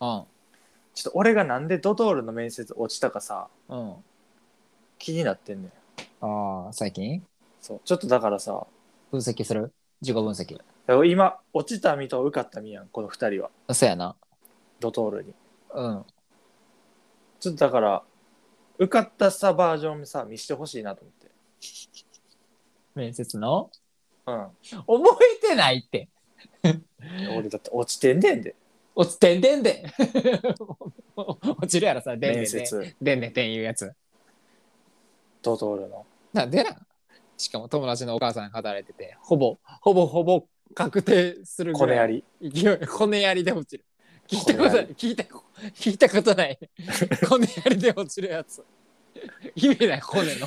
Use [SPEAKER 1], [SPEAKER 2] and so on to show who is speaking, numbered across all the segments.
[SPEAKER 1] うん
[SPEAKER 2] ちょっと俺がなんでドトールの面接落ちたかさ
[SPEAKER 1] うん
[SPEAKER 2] 気になってんねん
[SPEAKER 1] ああ最近
[SPEAKER 2] そうちょっとだからさ
[SPEAKER 1] 分析する自己分析
[SPEAKER 2] 今落ちた身と受かった身やんこの2人は
[SPEAKER 1] そうやな
[SPEAKER 2] ドトールに
[SPEAKER 1] うん
[SPEAKER 2] ちょっとだから受かったさバージョンさ見してほしいなと思って
[SPEAKER 1] 面接の
[SPEAKER 2] うん
[SPEAKER 1] 覚えてないって
[SPEAKER 2] 俺だって落ちてんねんで
[SPEAKER 1] おつてんでんで ん落ちるやろさでんでんでん
[SPEAKER 2] 面接
[SPEAKER 1] でんでんてんいうやつ
[SPEAKER 2] ドトールの
[SPEAKER 1] なんでなんしかも友達のお母さんが働いててほぼほぼほぼ確定する
[SPEAKER 2] こ
[SPEAKER 1] ぐ
[SPEAKER 2] れや
[SPEAKER 1] らい
[SPEAKER 2] り
[SPEAKER 1] 勢いこねやりで落ち る聞いたこと
[SPEAKER 2] こね
[SPEAKER 1] な
[SPEAKER 2] や
[SPEAKER 1] い聞いたこ聞いたこと ないこねやりで落ちるやつ意味ないこねの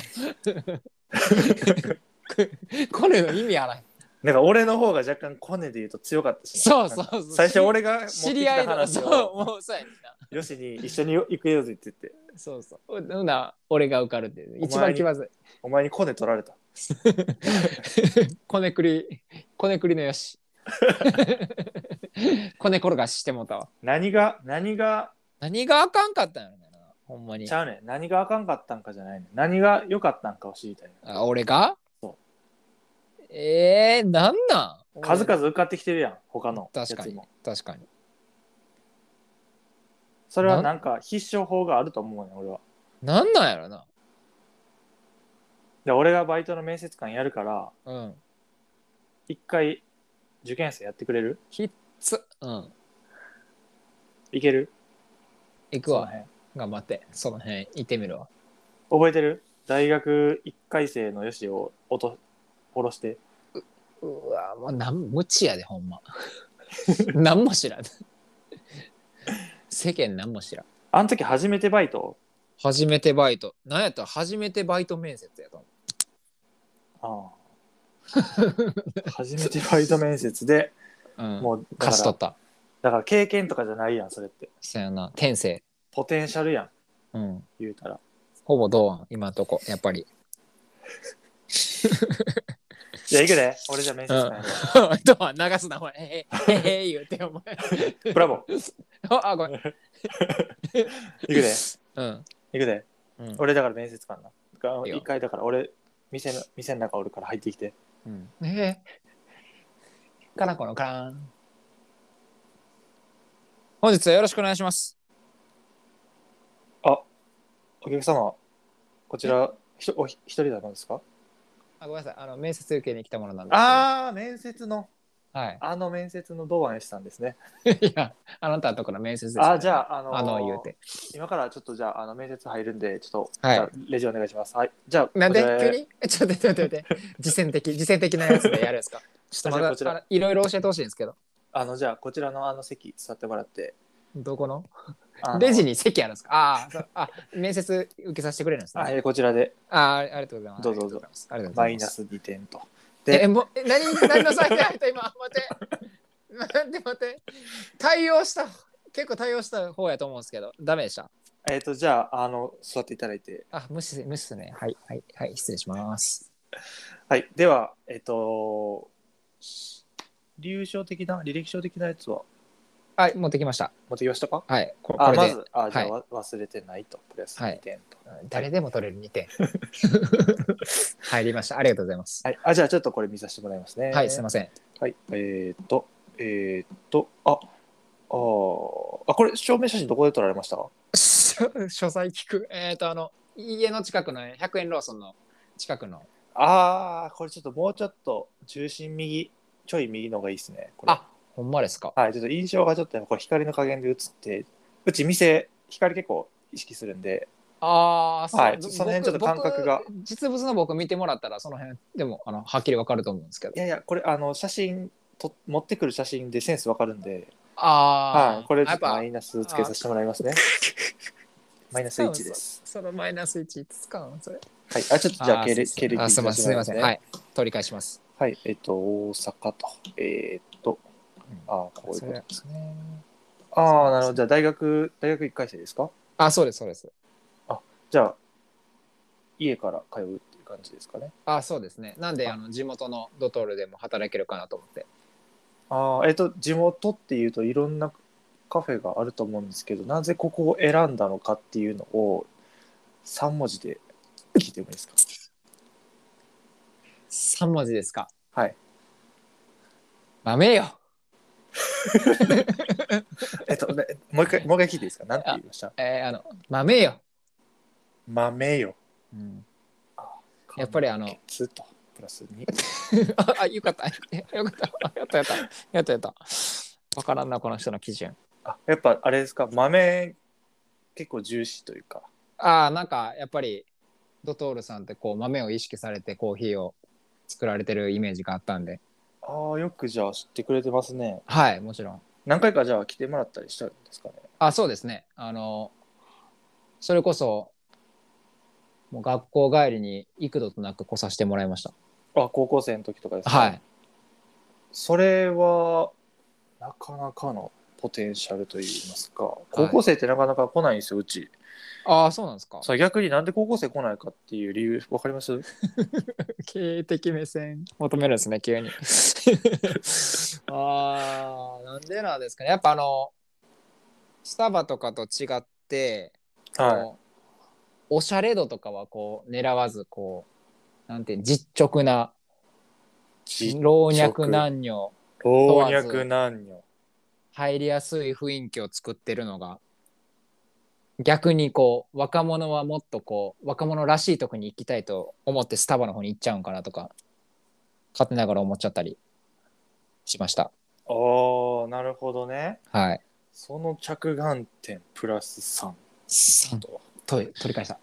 [SPEAKER 1] こねの意味あらへん
[SPEAKER 2] なんか俺の方が若干コネで言うと強かったしな
[SPEAKER 1] そうそうそう
[SPEAKER 2] 最初俺が持って
[SPEAKER 1] 知
[SPEAKER 2] き
[SPEAKER 1] り合
[SPEAKER 2] た
[SPEAKER 1] いの
[SPEAKER 2] 話
[SPEAKER 1] そう
[SPEAKER 2] を
[SPEAKER 1] もうそうやねんな
[SPEAKER 2] よしに一緒に行くよって言って
[SPEAKER 1] そうそうほんなら俺が受かるって
[SPEAKER 2] に
[SPEAKER 1] 一番気まずい
[SPEAKER 2] お前にコネ取られた
[SPEAKER 1] こねくりこねくりのよ しこね転がししてもうたわ
[SPEAKER 2] 何が何が
[SPEAKER 1] 何があかんかったんやろなほんまに
[SPEAKER 2] ちゃうねん何があかんかったんかじゃないねん何が良かったんかを知りたいねん
[SPEAKER 1] あ俺が
[SPEAKER 2] そ
[SPEAKER 1] えー、なんなん
[SPEAKER 2] 数々受かってきてるやん他のやつ
[SPEAKER 1] 確かに
[SPEAKER 2] も
[SPEAKER 1] 確かに
[SPEAKER 2] それはなんか必勝法があると思うねん俺は
[SPEAKER 1] なんなんやろな
[SPEAKER 2] で俺がバイトの面接官やるから
[SPEAKER 1] うん
[SPEAKER 2] 一回受験生やってくれる
[SPEAKER 1] つうん
[SPEAKER 2] いける
[SPEAKER 1] 行く
[SPEAKER 2] その
[SPEAKER 1] わ
[SPEAKER 2] 辺
[SPEAKER 1] 頑張ってその辺行ってみるわ
[SPEAKER 2] 覚えてる大学1回生のよしを落と下ろして
[SPEAKER 1] うわもうなん無知やでほん まなんも知らん世間なんも知らん
[SPEAKER 2] あの時初めてバイト
[SPEAKER 1] 初めてバイトなんやったら初めてバイト面接やと思
[SPEAKER 2] ああ初めてバイト面接で
[SPEAKER 1] う、うん、
[SPEAKER 2] もうだ
[SPEAKER 1] 貸し
[SPEAKER 2] か
[SPEAKER 1] 取
[SPEAKER 2] ら
[SPEAKER 1] った
[SPEAKER 2] だから経験とかじゃないやんそれって
[SPEAKER 1] そうやな天性
[SPEAKER 2] ポテンシャルやん
[SPEAKER 1] うん
[SPEAKER 2] 言うたら
[SPEAKER 1] ほぼ同案今んとこやっぱり
[SPEAKER 2] じゃあ行くで俺じゃあ面接官やるわ
[SPEAKER 1] 同案流すなお前へへへへ言うてお前
[SPEAKER 2] ブラボー
[SPEAKER 1] ああごめん
[SPEAKER 2] 行く で
[SPEAKER 1] うん、
[SPEAKER 2] 行くで
[SPEAKER 1] うん
[SPEAKER 2] 俺だから面接官なが
[SPEAKER 1] いいよ
[SPEAKER 2] 一回だから俺店の店の中おるから入ってきて
[SPEAKER 1] うん、えー、かなこのかーん本日はよろしくお願いします
[SPEAKER 2] お客様こちらひとおひ一人だなんですか
[SPEAKER 1] あごめんなさいあの面接受けに来たものなんですけど
[SPEAKER 2] ああ面接の
[SPEAKER 1] はい
[SPEAKER 2] あの面接の堂安さんですね
[SPEAKER 1] いやあなたのところの面接です、
[SPEAKER 2] あじゃああの
[SPEAKER 1] あの言うて
[SPEAKER 2] 今からちょっとじゃああの面接入るんでちょっと、
[SPEAKER 1] はい
[SPEAKER 2] じゃあレジお願いしますはいじゃあ
[SPEAKER 1] なんで
[SPEAKER 2] こちらへ
[SPEAKER 1] 急にえちょっと待って待って待って実践的実践的なやつでやるんですかちょっと
[SPEAKER 2] あじゃあこ
[SPEAKER 1] ま
[SPEAKER 2] ち
[SPEAKER 1] だ
[SPEAKER 2] ら
[SPEAKER 1] あのいろいろ教えてほしいんですけど
[SPEAKER 2] あのじゃあこちらのあの席座ってもらって
[SPEAKER 1] どこの
[SPEAKER 2] あの
[SPEAKER 1] レジに席あるんですかあーそうあ面接受けさせてくれるんですね、
[SPEAKER 2] あえーこちらで
[SPEAKER 1] あーありがとうございます
[SPEAKER 2] どうぞどうぞ
[SPEAKER 1] ありがとうござ
[SPEAKER 2] マ
[SPEAKER 1] い
[SPEAKER 2] イ
[SPEAKER 1] ま
[SPEAKER 2] ナ
[SPEAKER 1] す
[SPEAKER 2] ス2点と
[SPEAKER 1] ええ
[SPEAKER 2] で
[SPEAKER 1] もうえ何 何のサイトやった今待て待って待って対応した結構対応した方やと思うんですけどダメでした
[SPEAKER 2] えっ、とじゃああの座っていただいて
[SPEAKER 1] あ無視無視ですねはいはいはい失礼します
[SPEAKER 2] はい、では、えっと、流暢的な、履歴書的なやつは
[SPEAKER 1] はい持ってきました
[SPEAKER 2] 持ってきましたか
[SPEAKER 1] はいこれ
[SPEAKER 2] あ、
[SPEAKER 1] これ
[SPEAKER 2] ま
[SPEAKER 1] で、
[SPEAKER 2] ず、あ、じゃあ、
[SPEAKER 1] はい
[SPEAKER 2] わ忘れてないと、プラス
[SPEAKER 1] はい
[SPEAKER 2] 2点と。
[SPEAKER 1] 誰でも取れる2点 入りましたありがとうございます
[SPEAKER 2] はい、あじゃあ、ちょっとこれ見させてもらいますね。
[SPEAKER 1] はいすいま
[SPEAKER 2] せ
[SPEAKER 1] せん
[SPEAKER 2] ん。はい、えーっと、えーっと、あ、あーあ、これ、証明写真どこで撮られました
[SPEAKER 1] 書書斎聞くえっ、とあの家の近くのね100円ローソンの近くの
[SPEAKER 2] あー、これちょっともうちょっと重心右、ちょい右の方がいいですね。これ
[SPEAKER 1] あほんまですか
[SPEAKER 2] はい、ちょっと印象がちょっとやっぱこれ光の加減で映って、うち店、光結構意識するんで、
[SPEAKER 1] ああ
[SPEAKER 2] はいその辺ちょっと感覚が
[SPEAKER 1] 実物の僕見てもらったらその辺でもあのはっきりわかると思うんですけど
[SPEAKER 2] いやいや、これ、あの、写真と、持ってくる写真でセンスわかるんで、
[SPEAKER 1] ああ、
[SPEAKER 2] はい、これ、ちょ
[SPEAKER 1] や
[SPEAKER 2] っ
[SPEAKER 1] っ
[SPEAKER 2] とマ
[SPEAKER 1] ぱ
[SPEAKER 2] イナスつけさせてもらい ますね。マイナス1です。
[SPEAKER 1] そのマイナス1使うのそれ
[SPEAKER 2] はい、あ、ちょっと、じゃあ、経歴、経歴。
[SPEAKER 1] あすいませんすいませんはいい取り返します
[SPEAKER 2] はい、えっと、大阪と、えーっと、あー、こういう
[SPEAKER 1] そ
[SPEAKER 2] こ
[SPEAKER 1] れ
[SPEAKER 2] と。
[SPEAKER 1] ですね
[SPEAKER 2] ああ、なるほど。じゃあ、大学、大学1回生ですか
[SPEAKER 1] あそうですそうです
[SPEAKER 2] じゃあ、家から通うっていう感じですかね。
[SPEAKER 1] あそうですねなんで
[SPEAKER 2] あ
[SPEAKER 1] あの地元のドトールでも働けるかなと思って
[SPEAKER 2] ああ、えっと、地元っていうといろんなカフェがあると思うんですけど、なぜここを選んだのかっていうのを3文字で聞いてもいいですか。
[SPEAKER 1] 3文字ですか
[SPEAKER 2] はい。
[SPEAKER 1] 豆よ
[SPEAKER 2] えっと、ね、もう一回、もう一回聞いていいですか。なんて言いました
[SPEAKER 1] えー、あの豆よ、
[SPEAKER 2] 豆よ。
[SPEAKER 1] やっぱりあの
[SPEAKER 2] つと、プラスに。
[SPEAKER 1] ああよかった よかったやったやったやったやったわからんなこの人の基準
[SPEAKER 2] あ、やっぱあれですか、豆、結構重視というか。
[SPEAKER 1] ああなんかやっぱりドトールさんってこう豆を意識されてコーヒーを作られてるイメージがあったんで
[SPEAKER 2] ああ、よくじゃあ知ってくれてますね。
[SPEAKER 1] はいもちろん
[SPEAKER 2] 何回かじゃあ来てもらったりしたんですかね。
[SPEAKER 1] あそうですねあのそれこそもう学校帰りに幾度となく来させてもらいました
[SPEAKER 2] あ、高校生の時とかですか。
[SPEAKER 1] はい
[SPEAKER 2] それはなかなかのポテンシャルといいますか高校生ってなかなか来ないんですよ、うち
[SPEAKER 1] ああそうなんですか
[SPEAKER 2] さあ逆になんで高校生来ないかっていう理由わかります
[SPEAKER 1] 経営的目線求めるんですね急 にあーなんでなんですかねやっぱあのスタバとかと違って、
[SPEAKER 2] はい
[SPEAKER 1] こうおしゃれ度とかはこう狙わずこうなんていう実直な
[SPEAKER 2] じ
[SPEAKER 1] 老若男女
[SPEAKER 2] 老若男女
[SPEAKER 1] 入りやすい雰囲気を作ってるのが逆にこう若者はもっとこう若者らしいとこに行きたいと思ってスタバの方に行っちゃうんかなとか勝手ながら思っちゃったりしました
[SPEAKER 2] ああなるほどね
[SPEAKER 1] はい
[SPEAKER 2] その着眼点プラス3
[SPEAKER 1] さん
[SPEAKER 2] と
[SPEAKER 1] と取り返した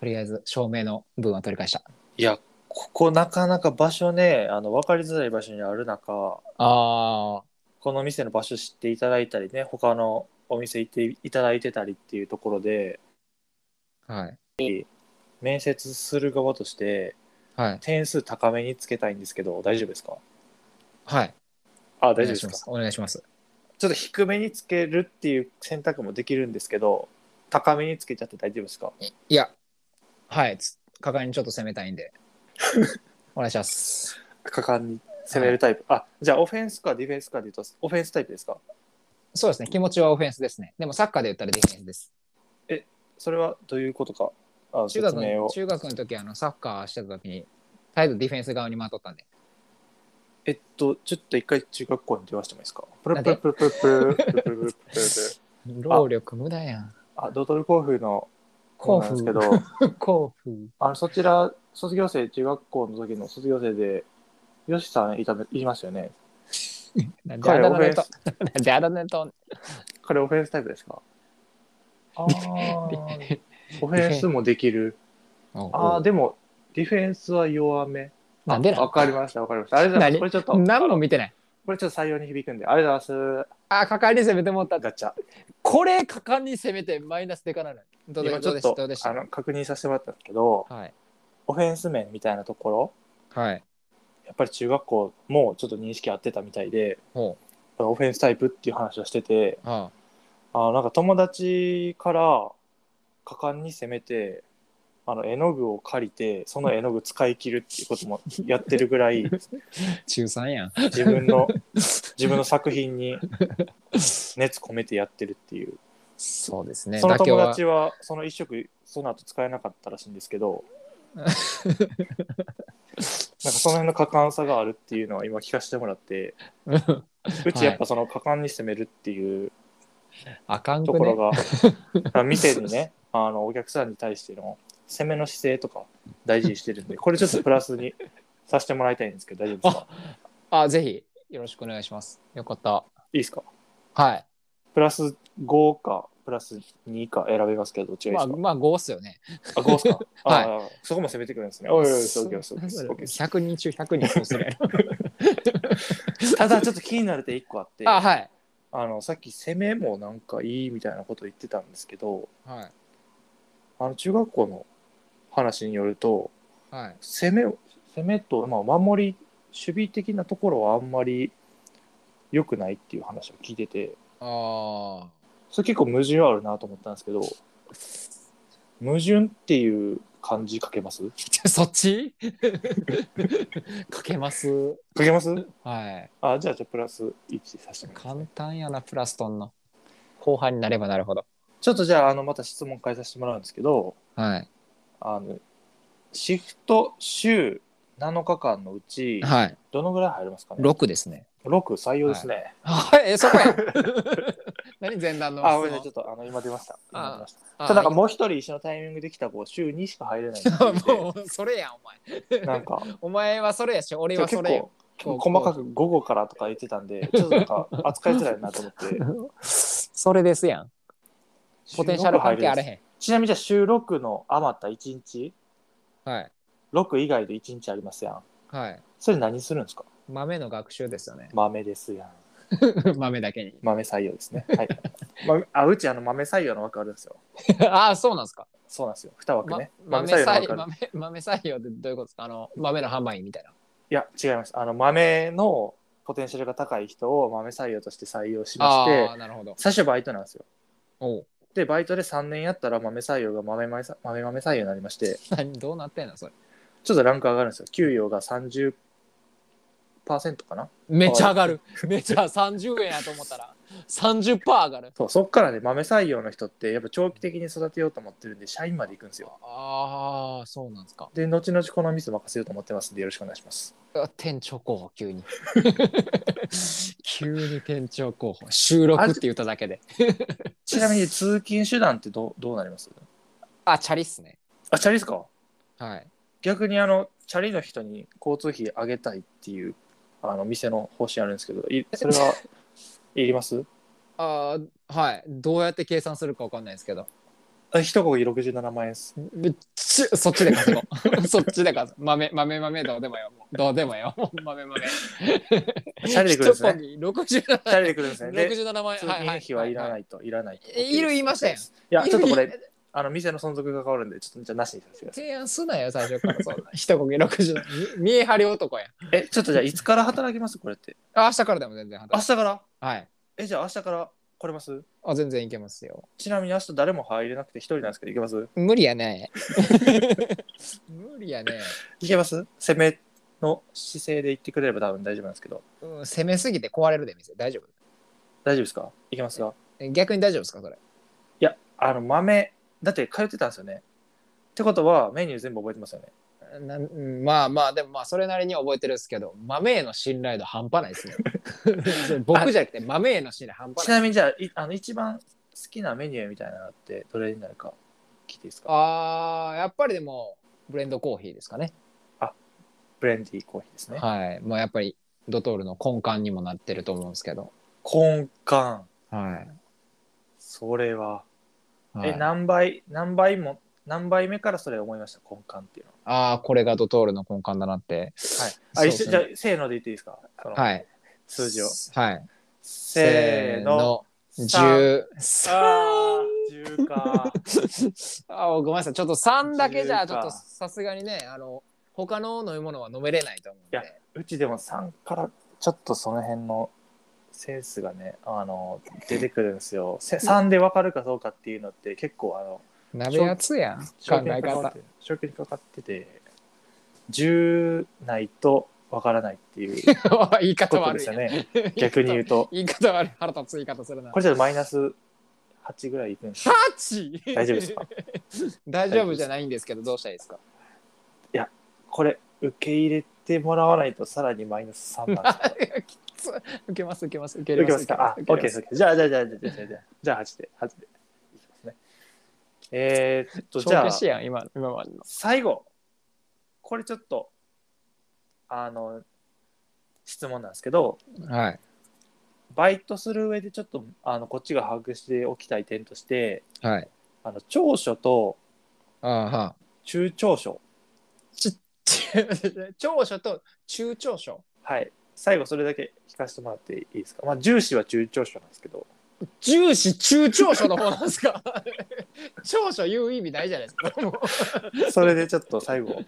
[SPEAKER 1] とりあえず照明の分は取り返した
[SPEAKER 2] いやここなかなか場所ねあの分かりづらい場所にある中
[SPEAKER 1] あ
[SPEAKER 2] この店の場所知っていただいたりね他のお店行っていただいてたりっていうところで
[SPEAKER 1] あはい
[SPEAKER 2] 面接する側として
[SPEAKER 1] はい
[SPEAKER 2] 点数高めにつけたいんですけど大丈夫ですか
[SPEAKER 1] はい
[SPEAKER 2] あ
[SPEAKER 1] お願い
[SPEAKER 2] 大丈夫で
[SPEAKER 1] し
[SPEAKER 2] す
[SPEAKER 1] ま
[SPEAKER 2] か
[SPEAKER 1] すお願いします
[SPEAKER 2] ちょっと低めにつけるっていう選択もできるんですけど高めにつけちゃって大丈夫ですか
[SPEAKER 1] いやはいつ果敢にちょっと攻めたい んでお願いします
[SPEAKER 2] 果敢に攻めるタイプ、あじゃあオフェンスかディフェンスかで言うとオフェンスタイプですか
[SPEAKER 1] そうですね気持ちはオフェンスですねでもサッカーで言ったらディフェンスです
[SPEAKER 2] それはどういうことかあの
[SPEAKER 1] 中
[SPEAKER 2] 説
[SPEAKER 1] 学
[SPEAKER 2] 明
[SPEAKER 1] の
[SPEAKER 2] を
[SPEAKER 1] 中学の時あのサッカーしてた時に態度ディフェンス側に回っとったんで
[SPEAKER 2] えっとちょっと一回中学校に電話してもいいですかプ
[SPEAKER 1] な
[SPEAKER 2] ル
[SPEAKER 1] ん
[SPEAKER 2] プ
[SPEAKER 1] で
[SPEAKER 2] ルプルプルプルプルプルプルプル
[SPEAKER 1] 労力無駄やん
[SPEAKER 2] あドトル甲府の
[SPEAKER 1] 甲
[SPEAKER 2] 甲
[SPEAKER 1] 府
[SPEAKER 2] 府なんですけど
[SPEAKER 1] 甲府
[SPEAKER 2] あのそちら卒業生中学校の時の卒業生でよしさんいたいますよね
[SPEAKER 1] なんであ
[SPEAKER 2] 彼
[SPEAKER 1] だ
[SPEAKER 2] オフ
[SPEAKER 1] 名
[SPEAKER 2] ェン
[SPEAKER 1] と
[SPEAKER 2] ス
[SPEAKER 1] なんであだ名と
[SPEAKER 2] 彼オフェンスタイプですかああー オフェンスもできるああでもディフェンスは弱めあ
[SPEAKER 1] なんでな
[SPEAKER 2] わかりましたわかりましたあれじゃ
[SPEAKER 1] 何
[SPEAKER 2] これちょっと
[SPEAKER 1] ん何も見てない
[SPEAKER 2] これちょっと採用に響くんでありがとうござい
[SPEAKER 1] あー果敢に攻めてもった
[SPEAKER 2] ますガチャ
[SPEAKER 1] これ果敢に攻めてマイナスでかなのどうで
[SPEAKER 2] 今ち
[SPEAKER 1] どう
[SPEAKER 2] ょ
[SPEAKER 1] で
[SPEAKER 2] っ
[SPEAKER 1] したどうで
[SPEAKER 2] と
[SPEAKER 1] し
[SPEAKER 2] あ
[SPEAKER 1] た
[SPEAKER 2] の確認させてもらったんですけど
[SPEAKER 1] はい
[SPEAKER 2] オフェンス面みたいなところ
[SPEAKER 1] はい
[SPEAKER 2] やっぱり中学校もちょっと認識合ってたみたいで
[SPEAKER 1] ほう
[SPEAKER 2] オフェンスタイプっていう話をしてて
[SPEAKER 1] あ
[SPEAKER 2] あなんか友達から果敢に攻めてあの絵の具を借りてその絵の具使い切るっていうこともやってるぐらい
[SPEAKER 1] ー中3やん
[SPEAKER 2] 自分の自分の作品に熱込めてやってるっていう、
[SPEAKER 1] そうですね
[SPEAKER 2] その
[SPEAKER 1] 妥協
[SPEAKER 2] 友
[SPEAKER 1] は
[SPEAKER 2] 達はその一色その後使えなかったらしいんですけどなんかその辺の果敢さがあるっていうのは今聞かせてもらって
[SPEAKER 1] うん
[SPEAKER 2] うちやっぱその果敢に攻めるっていう
[SPEAKER 1] あかん
[SPEAKER 2] と
[SPEAKER 1] く
[SPEAKER 2] こ
[SPEAKER 1] ね
[SPEAKER 2] ろが、 あ店にねあのお客さんに対しての攻めの姿勢とか大事にしてるんでこれちょっとプラスにさせてもらいたいんですけど大丈夫ですか
[SPEAKER 1] あぜひよろしくお願いしますよかった
[SPEAKER 2] いいですか
[SPEAKER 1] はい
[SPEAKER 2] プラス5かプラス2か選べますけどどっちが
[SPEAKER 1] ま
[SPEAKER 2] い
[SPEAKER 1] あ、
[SPEAKER 2] いですか、
[SPEAKER 1] まあ、5っすよね。
[SPEAKER 2] あ、5ですか
[SPEAKER 1] はい
[SPEAKER 2] あーそこも攻めてくるんですねおいおいおい OK です OK です OK です
[SPEAKER 1] 100人中100人そうする。
[SPEAKER 2] ただちょっと気になる点1個あって
[SPEAKER 1] あ、
[SPEAKER 2] あ
[SPEAKER 1] はい。
[SPEAKER 2] のさっき攻めもなんかいいみたいなこと言ってたんですけど
[SPEAKER 1] はい。
[SPEAKER 2] あの中学校の話によると
[SPEAKER 1] はい。
[SPEAKER 2] 攻めを攻めと、まあ、守り守備的なところはあんまり良くないっていう話を聞いてて
[SPEAKER 1] あ
[SPEAKER 2] それ結構矛盾あるなと思ったんですけど矛盾っていう漢字書けます
[SPEAKER 1] そっちかけます。
[SPEAKER 2] 書けます
[SPEAKER 1] はい。
[SPEAKER 2] あ、じゃあ、じゃあプラス1させてもらいます
[SPEAKER 1] 簡単やな、プラストンの。後半になればなるほど。
[SPEAKER 2] ちょっとじゃあ、あの、また質問変えさせてもらうんですけど、
[SPEAKER 1] はい。
[SPEAKER 2] あの、シフト週7日間のうち、
[SPEAKER 1] はい。
[SPEAKER 2] どのぐらい入りますかね
[SPEAKER 1] 6ですね。
[SPEAKER 2] ?6 採用ですね。
[SPEAKER 1] はい、え、そこや。何前段の質問。
[SPEAKER 2] あ、ごめんなさい、ちょっと、あの、今出ました。今出ました。
[SPEAKER 1] あ
[SPEAKER 2] ただ、なんかもう一人一緒のタイミングできた子、週2しか入れないって言って
[SPEAKER 1] もう、 それや、お前。
[SPEAKER 2] なん か、
[SPEAKER 1] お前はそれやし、俺は
[SPEAKER 2] 結
[SPEAKER 1] それや
[SPEAKER 2] 構。、結構細かく午後からとか言ってたんで、ちょっとなんか、扱いづらいなと思って。
[SPEAKER 1] それですやん。 ポテンシャル関係あれ
[SPEAKER 2] ん。
[SPEAKER 1] へ
[SPEAKER 2] ちなみに、じゃあ、週6の余った1日、
[SPEAKER 1] ん。はい。
[SPEAKER 2] 6以外で1日ありますやん。
[SPEAKER 1] はい。
[SPEAKER 2] それ何するんですか。
[SPEAKER 1] 豆の学習ですよね
[SPEAKER 2] 豆ですやん。
[SPEAKER 1] 豆だけに。
[SPEAKER 2] 豆採用ですね。はい。ま、あうちあの豆採用の枠あるんですよ。
[SPEAKER 1] ああ、そうなんですか。
[SPEAKER 2] そうなんですよ。二枠
[SPEAKER 1] ま
[SPEAKER 2] ね。
[SPEAKER 1] 豆
[SPEAKER 2] の
[SPEAKER 1] 採
[SPEAKER 2] 枠ある
[SPEAKER 1] 豆豆採用ってどういうことですかあの豆の販売員みたいな。
[SPEAKER 2] いや違います。あの豆のポテンシャルが高い人を豆採用として採用しまして
[SPEAKER 1] あ、ー、なるほど。
[SPEAKER 2] 最初バイトなんですよ。
[SPEAKER 1] おう
[SPEAKER 2] でバイトで3年やったら豆採用が豆豆さ豆豆採用になりまして、
[SPEAKER 1] 何どうなってんのそれ。
[SPEAKER 2] ちょっとランク上がるんですよ。給与が30%かな。
[SPEAKER 1] めっちゃ上が る。めっちゃ30円やと思ったら30%上がる。
[SPEAKER 2] そうそっからね豆採用の人ってやっぱ長期的に育てようと思ってるんで社員まで行くんですよ。
[SPEAKER 1] ああ、そうなんですか。
[SPEAKER 2] で後々このミス任せようと思ってますんでよろしくお願いします。
[SPEAKER 1] あ店長候補、 急に。急に店長候補。収録って言っただけで。
[SPEAKER 2] ちなみに 通勤手段ってどうどうなります？
[SPEAKER 1] あ、チャリっすね。
[SPEAKER 2] あチャリですか？
[SPEAKER 1] はい。
[SPEAKER 2] 逆にあのチャリの人に交通費上げたいっていうあの店の方針あるんですけどいそれ はいります
[SPEAKER 1] ああ、はい。どうやって計算するかわかんないですけど。
[SPEAKER 2] あ一こぎ67万円です
[SPEAKER 1] ぶっちそっちで稼ご う。そっちで稼ごう。豆、豆、豆、どうでもよ。もうどうでもよ。もう豆、豆。
[SPEAKER 2] チャリで来るんです ね
[SPEAKER 1] 一本に67
[SPEAKER 2] チャリで来るんですねで
[SPEAKER 1] 六十七万円。。
[SPEAKER 2] 通勤費はいらないいと、いらないと
[SPEAKER 1] えいる言いましたやん
[SPEAKER 2] いやちょっとこ
[SPEAKER 1] い
[SPEAKER 2] れあの店の存続が変わるんでちょっとじゃあなしにさせてください
[SPEAKER 1] 提案すなよ最初からそんな。一国六十見え張り男や。
[SPEAKER 2] えちょっとじゃあいつから働きますこれって
[SPEAKER 1] あ明日からでも全然
[SPEAKER 2] 明
[SPEAKER 1] 働
[SPEAKER 2] 日から
[SPEAKER 1] く。はい。
[SPEAKER 2] えじゃあ明日から来れます
[SPEAKER 1] あ全然いけますよ。
[SPEAKER 2] ちなみに明日誰も入れなくて一人なんですけど行けます
[SPEAKER 1] 無理や ね。無理やね。
[SPEAKER 2] 行けます攻めの姿勢で行ってくれれば多分大丈夫なんですけど
[SPEAKER 1] うん攻めすぎて壊れるで店大丈夫。
[SPEAKER 2] 大丈夫ですか行けますか
[SPEAKER 1] え逆に大丈夫ですかそれ。
[SPEAKER 2] いや、あの、豆、だって通ってたんですよね。ってことは、メニュー全部覚えてますよね。
[SPEAKER 1] なんうんまあまあでもまあそれなりに覚えてるんですけど豆への信頼度半端ないですね。 僕じゃなくて豆への信頼半端
[SPEAKER 2] ち
[SPEAKER 1] ない。
[SPEAKER 2] なみに、じゃあ、いあの一番好きなメニューみたいなのって、どれになるか聞いていいですか
[SPEAKER 1] ああやっぱりでもブレンドコーヒーですかね。
[SPEAKER 2] ブレンディーコーヒーですね。
[SPEAKER 1] はい、まあ、やっぱりドトールの根幹にもなってると思うんですけど。
[SPEAKER 2] 根幹。
[SPEAKER 1] はい。
[SPEAKER 2] それは。
[SPEAKER 1] はい
[SPEAKER 2] え、何倍、何倍も、何倍目からそれ思いました、根幹っていうのは。
[SPEAKER 1] ああ、これがドトールの根幹だなって。
[SPEAKER 2] はい。あ、
[SPEAKER 1] そう
[SPEAKER 2] 一
[SPEAKER 1] そう
[SPEAKER 2] 緒、じゃあ、せーので言っていいですかその
[SPEAKER 1] はい。
[SPEAKER 2] 数字を。
[SPEAKER 1] はい。
[SPEAKER 2] せーの。。三。
[SPEAKER 1] 10。
[SPEAKER 2] あー、10か。
[SPEAKER 1] あーごめんなさい。ちょっと3だけじゃ、
[SPEAKER 2] 10
[SPEAKER 1] ちょ
[SPEAKER 2] か
[SPEAKER 1] っとさすがにね、あの、他の飲み物は飲めれないと思うん
[SPEAKER 2] いや
[SPEAKER 1] で。
[SPEAKER 2] うちでも3からちょっとその辺のセンスがねあの出てくるんですよせ3で分かるかどうかっていうのって結構あの
[SPEAKER 1] 鍋やつやん。考え
[SPEAKER 2] かかっ
[SPEAKER 1] 方
[SPEAKER 2] て。消去にかかってて10ないと分からないっていう
[SPEAKER 1] 言い方
[SPEAKER 2] ことで
[SPEAKER 1] 悪い
[SPEAKER 2] す よ
[SPEAKER 1] な。
[SPEAKER 2] ね逆に言うと
[SPEAKER 1] 言い方悪い。腹立つ言い方するな
[SPEAKER 2] こ。れちょっとマイナス8ぐらいいくん です
[SPEAKER 1] 8!
[SPEAKER 2] 大丈夫ですか
[SPEAKER 1] 大丈夫じゃないんですけど、どうしたらいいですか
[SPEAKER 2] これ受け入れてもらわないとさらにマイナス3なんですよ
[SPEAKER 1] きつ受けます受けます受け
[SPEAKER 2] 受
[SPEAKER 1] 入
[SPEAKER 2] け
[SPEAKER 1] れ
[SPEAKER 2] ますかあ、
[SPEAKER 1] 受け
[SPEAKER 2] OK
[SPEAKER 1] 入れ
[SPEAKER 2] で。
[SPEAKER 1] ます
[SPEAKER 2] じゃあ、じゃあ、じゃあ、じゃあ、じゃあ、じゃあ、じゃあ、8で、8で。いきますね。えーっと、
[SPEAKER 1] す
[SPEAKER 2] じゃ
[SPEAKER 1] 帳
[SPEAKER 2] あ
[SPEAKER 1] 消、しやん今今までの
[SPEAKER 2] 最後、これちょっと、あの、質問なんですけど、
[SPEAKER 1] はい
[SPEAKER 2] バイトする上でちょっと、あの、こっちが把握しておきたい点として、
[SPEAKER 1] はい
[SPEAKER 2] あの、長所と
[SPEAKER 1] ああは
[SPEAKER 2] 中長所。
[SPEAKER 1] ち長所と中長所
[SPEAKER 2] はい。最後、それだけ聞かせてもらっていいですか。まあ、重視は中長所なんですけど、
[SPEAKER 1] 重視中長所の方なんですか 長所言う意味ないじゃないですかもう
[SPEAKER 2] それでちょっと最 後、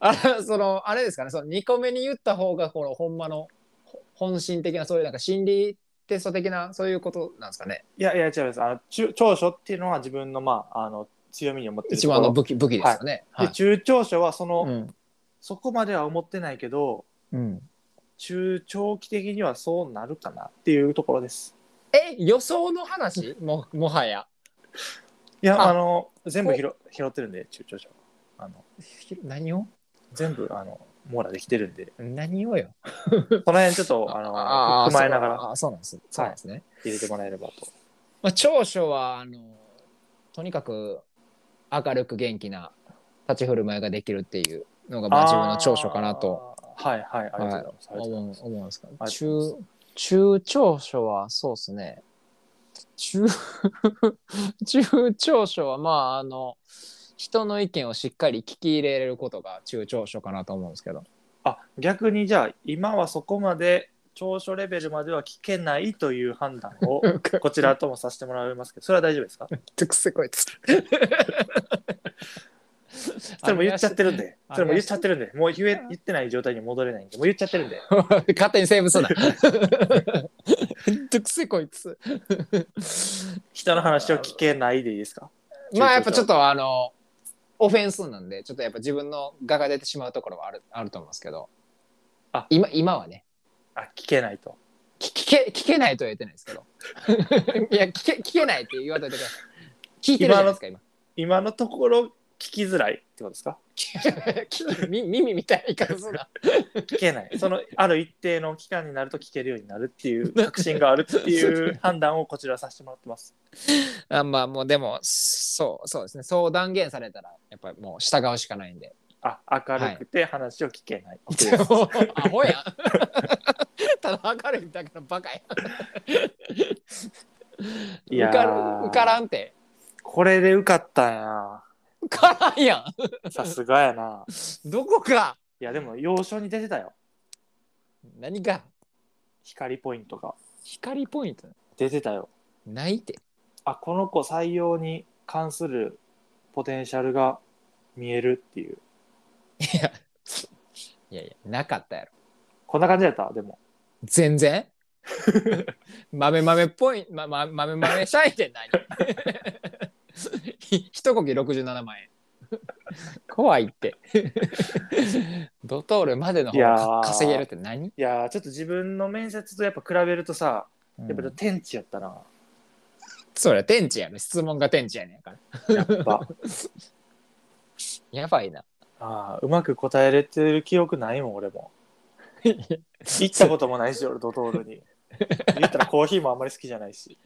[SPEAKER 1] あそのあれですかねその2個目に言った方がこのほんまのほ本心的なそういうなんか心理テスト的なそういうことなんですかね
[SPEAKER 2] いやいや違いますあの中長所っていうのは自分の,、まあ、あの強みに思ってる
[SPEAKER 1] 一
[SPEAKER 2] ところ
[SPEAKER 1] 番の武器武器ですよね。はい
[SPEAKER 2] で中長所はその、
[SPEAKER 1] うん
[SPEAKER 2] そこまでは思ってないけど
[SPEAKER 1] うん、
[SPEAKER 2] 中長期的にはそうなるかなっていうところです
[SPEAKER 1] え予想の話ももはや。
[SPEAKER 2] いや
[SPEAKER 1] あ
[SPEAKER 2] あの全部拾拾ってるんで中長所あの
[SPEAKER 1] 何を
[SPEAKER 2] 全部あの網羅できてるんで
[SPEAKER 1] 何をよ。
[SPEAKER 2] この辺ちょっとあの
[SPEAKER 1] ー
[SPEAKER 2] 踏まえながら
[SPEAKER 1] そうあーそうなんです。そうなんですね。
[SPEAKER 2] 入れてもらえればと
[SPEAKER 1] まあ、長所はあのとにかく明るく元気な立ち振る舞いができるっていうのがまあ自分の長所かなと
[SPEAKER 2] あーはいはいありがとうございます、ありがとうござい
[SPEAKER 1] 思う思うんですか
[SPEAKER 2] ます
[SPEAKER 1] 中中長所はそうですね中 中長所はまああの人の意見をしっかり聞き入れることが中長所かなと思うんです けど
[SPEAKER 2] あ逆にじゃあ今はそこまで長所レベルまでは聞けないという判断 をこちらともさせてもらいますけどそれは大丈夫ですか
[SPEAKER 1] てくせこいつ
[SPEAKER 2] それも言っちゃってるんで
[SPEAKER 1] あ
[SPEAKER 2] それも言っちゃってるんでもう言え言ってない状態に戻れないんでもう言っちゃってるんで
[SPEAKER 1] 勝手にセーブ すな。めんどくせえこいつ。
[SPEAKER 2] 人の話を聞けないでいいですか
[SPEAKER 1] まあやっぱちょっとあの、オフェンスなんで、ちょっとやっぱ自分の画が出てしまうところはあるあると思うんですけど、
[SPEAKER 2] あ
[SPEAKER 1] 今今はね
[SPEAKER 2] あ聞けないと
[SPEAKER 1] 聞聞け、聞けないとは言ってないですけ ど、いや聞け、聞けないって言われてください。聞いてるじゃないですか、今。
[SPEAKER 2] 今のところ聞きづらいってことですか
[SPEAKER 1] 聞み耳みたいに感じすな。
[SPEAKER 2] 聞けないそのある一定の期間になると聞けるようになるっ ていう確信があるっていう判断をこちらさせてもらってます
[SPEAKER 1] あまあもうでも、そう、そうですね、そう断言されたら、やっぱりもう従うしかないんで。
[SPEAKER 2] あ明るくて話を聞けない、
[SPEAKER 1] いやもうアホやん。 ただ明るいだけのバカやん。
[SPEAKER 2] いやー
[SPEAKER 1] 受かる受からんて。
[SPEAKER 2] これで受かったんやな
[SPEAKER 1] 受からんや
[SPEAKER 2] さすがやな。
[SPEAKER 1] ん。どこか。
[SPEAKER 2] いやでも要所に出てたよ。
[SPEAKER 1] 何か
[SPEAKER 2] 光ポイントが
[SPEAKER 1] 光ポイント
[SPEAKER 2] 出てたよ。
[SPEAKER 1] ないって。
[SPEAKER 2] あこの子採用に関するポテンシャルが見えるっていう。
[SPEAKER 1] いや、いやいや、なかったやろ。
[SPEAKER 2] こんな感じだったでも。
[SPEAKER 1] 全然。 豆豆っぽい、ま、ま、豆豆社員って何ひ 一呼吸67万円。怖いって。ドトールまでの方
[SPEAKER 2] いや
[SPEAKER 1] が
[SPEAKER 2] ー
[SPEAKER 1] 稼げるって何
[SPEAKER 2] いやーちょっと自分の面接とやっぱ比べるとさ、やっぱ天地やったな。
[SPEAKER 1] それ天地やね質問が天地やねんから
[SPEAKER 2] やっぱ
[SPEAKER 1] やば いな
[SPEAKER 2] あーうまく答えれてる記憶ないもん俺 も。行ったこともないし俺ドトールに。言ったらコーヒーもあんまり好きじゃな いし。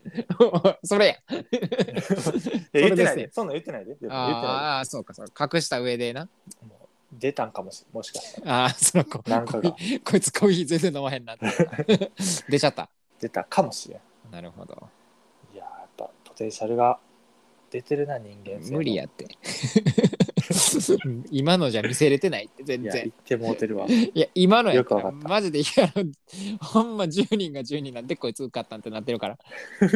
[SPEAKER 1] それや
[SPEAKER 2] いや言っ
[SPEAKER 1] それ
[SPEAKER 2] て
[SPEAKER 1] で
[SPEAKER 2] な
[SPEAKER 1] す
[SPEAKER 2] い
[SPEAKER 1] ね
[SPEAKER 2] で。そんなん言ってないで。でも言ってない
[SPEAKER 1] あーあーそうかそうか隠した上でな
[SPEAKER 2] でもう出たんかもしれん。もしかして。
[SPEAKER 1] ああその子
[SPEAKER 2] なんかが
[SPEAKER 1] コーヒーこいつコーヒー全然飲まへんなって 出ちゃった
[SPEAKER 2] 出たかもしれん。
[SPEAKER 1] なるほど
[SPEAKER 2] いやーやっぱポテンシャルが出てるな人間性の
[SPEAKER 1] 無理やって今のじゃ見せれてないって全
[SPEAKER 2] いや言
[SPEAKER 1] 然
[SPEAKER 2] ってもうてる わ
[SPEAKER 1] いや今のやった
[SPEAKER 2] よく
[SPEAKER 1] ら
[SPEAKER 2] わかった
[SPEAKER 1] マジでいやあのほんま10人が10人なんでこいつ受かったんってなってるから
[SPEAKER 2] い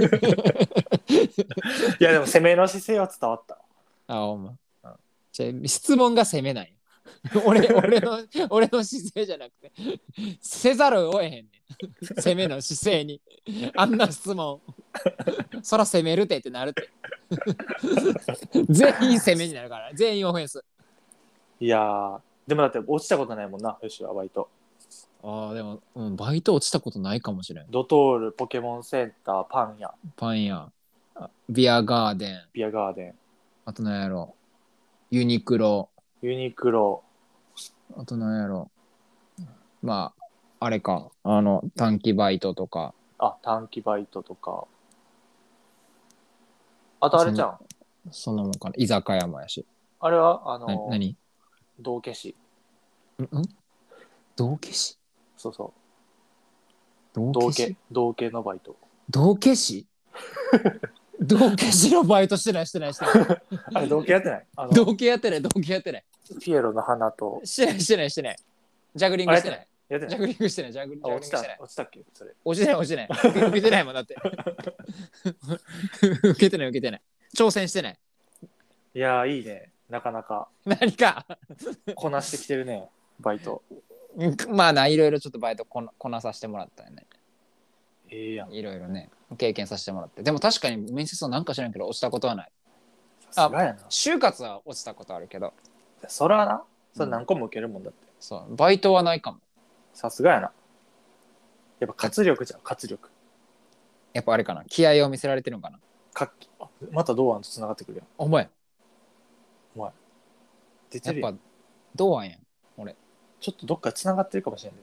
[SPEAKER 2] やでも攻めの姿勢は伝わった
[SPEAKER 1] あ、おま
[SPEAKER 2] うん。
[SPEAKER 1] じゃあ質問が責めない。 俺俺の俺の姿勢じゃなくてせざるを得へんねん攻めの姿勢にあんな質問そら攻めるてってなるって全員攻めになるから全員オフェンス
[SPEAKER 2] いやーでもだって落ちたことないもんなよしはバイト
[SPEAKER 1] ああでも、うん、バイト落ちたことないかもしれん
[SPEAKER 2] ドトールポケモンセンターパン屋
[SPEAKER 1] パン屋あビアガーデン
[SPEAKER 2] ビアガーデン
[SPEAKER 1] あとなんやろユニクロ
[SPEAKER 2] ユニクロ
[SPEAKER 1] あとなんやろまああれかあの短期バイトとか
[SPEAKER 2] あ短期バイトとかあとあれじゃん
[SPEAKER 1] そんなもんかな居酒屋もやし。
[SPEAKER 2] あれはあ
[SPEAKER 1] な
[SPEAKER 2] の
[SPEAKER 1] 何
[SPEAKER 2] 道化師
[SPEAKER 1] んん道化師
[SPEAKER 2] そうそ
[SPEAKER 1] 道
[SPEAKER 2] う道
[SPEAKER 1] 化
[SPEAKER 2] 化
[SPEAKER 1] 師
[SPEAKER 2] 道化のバイト
[SPEAKER 1] 道化師 道化師のバイトしてないしてないして ない。
[SPEAKER 2] あれ道化やってないあの
[SPEAKER 1] 道化やってない道化やってない。
[SPEAKER 2] ピエロの花と
[SPEAKER 1] してないしてないしてない。ジャグリングしてない。
[SPEAKER 2] やって
[SPEAKER 1] ジ
[SPEAKER 2] な
[SPEAKER 1] ャグ
[SPEAKER 2] い
[SPEAKER 1] リングしてない。ジャグリン
[SPEAKER 2] あ
[SPEAKER 1] グ
[SPEAKER 2] 落
[SPEAKER 1] し
[SPEAKER 2] ち
[SPEAKER 1] て
[SPEAKER 2] た
[SPEAKER 1] ない。
[SPEAKER 2] 落ちたっけそれ
[SPEAKER 1] 落ちてない落ちてない。受け受けてないもんだって。 受けてない受けてない。挑戦してない。
[SPEAKER 2] いやーいいねなかなか
[SPEAKER 1] 何か。
[SPEAKER 2] こなしてきてる ねバイト
[SPEAKER 1] うんまあな、いろいろちょっとバイトこなこなさせてもらったよね。
[SPEAKER 2] ええやん
[SPEAKER 1] いろいろね、経験させてもらって。でも確かに面接はなんか知らんけど、落ちたことはない。
[SPEAKER 2] さすがやな。
[SPEAKER 1] 就活は落ちたことあるけど
[SPEAKER 2] そらな、それ何個も受けるもんだって。
[SPEAKER 1] そうバイトはないかも
[SPEAKER 2] さすがやな。やっぱ活力じゃん、活力。
[SPEAKER 1] やっぱあれかな気合を見せられてるのかな
[SPEAKER 2] 活気あまた堂安とつながってくるやん。
[SPEAKER 1] お前
[SPEAKER 2] 出て
[SPEAKER 1] やっ
[SPEAKER 2] るやん
[SPEAKER 1] ぱどうあんやん
[SPEAKER 2] ちょっとどっかつながってるかもしれない。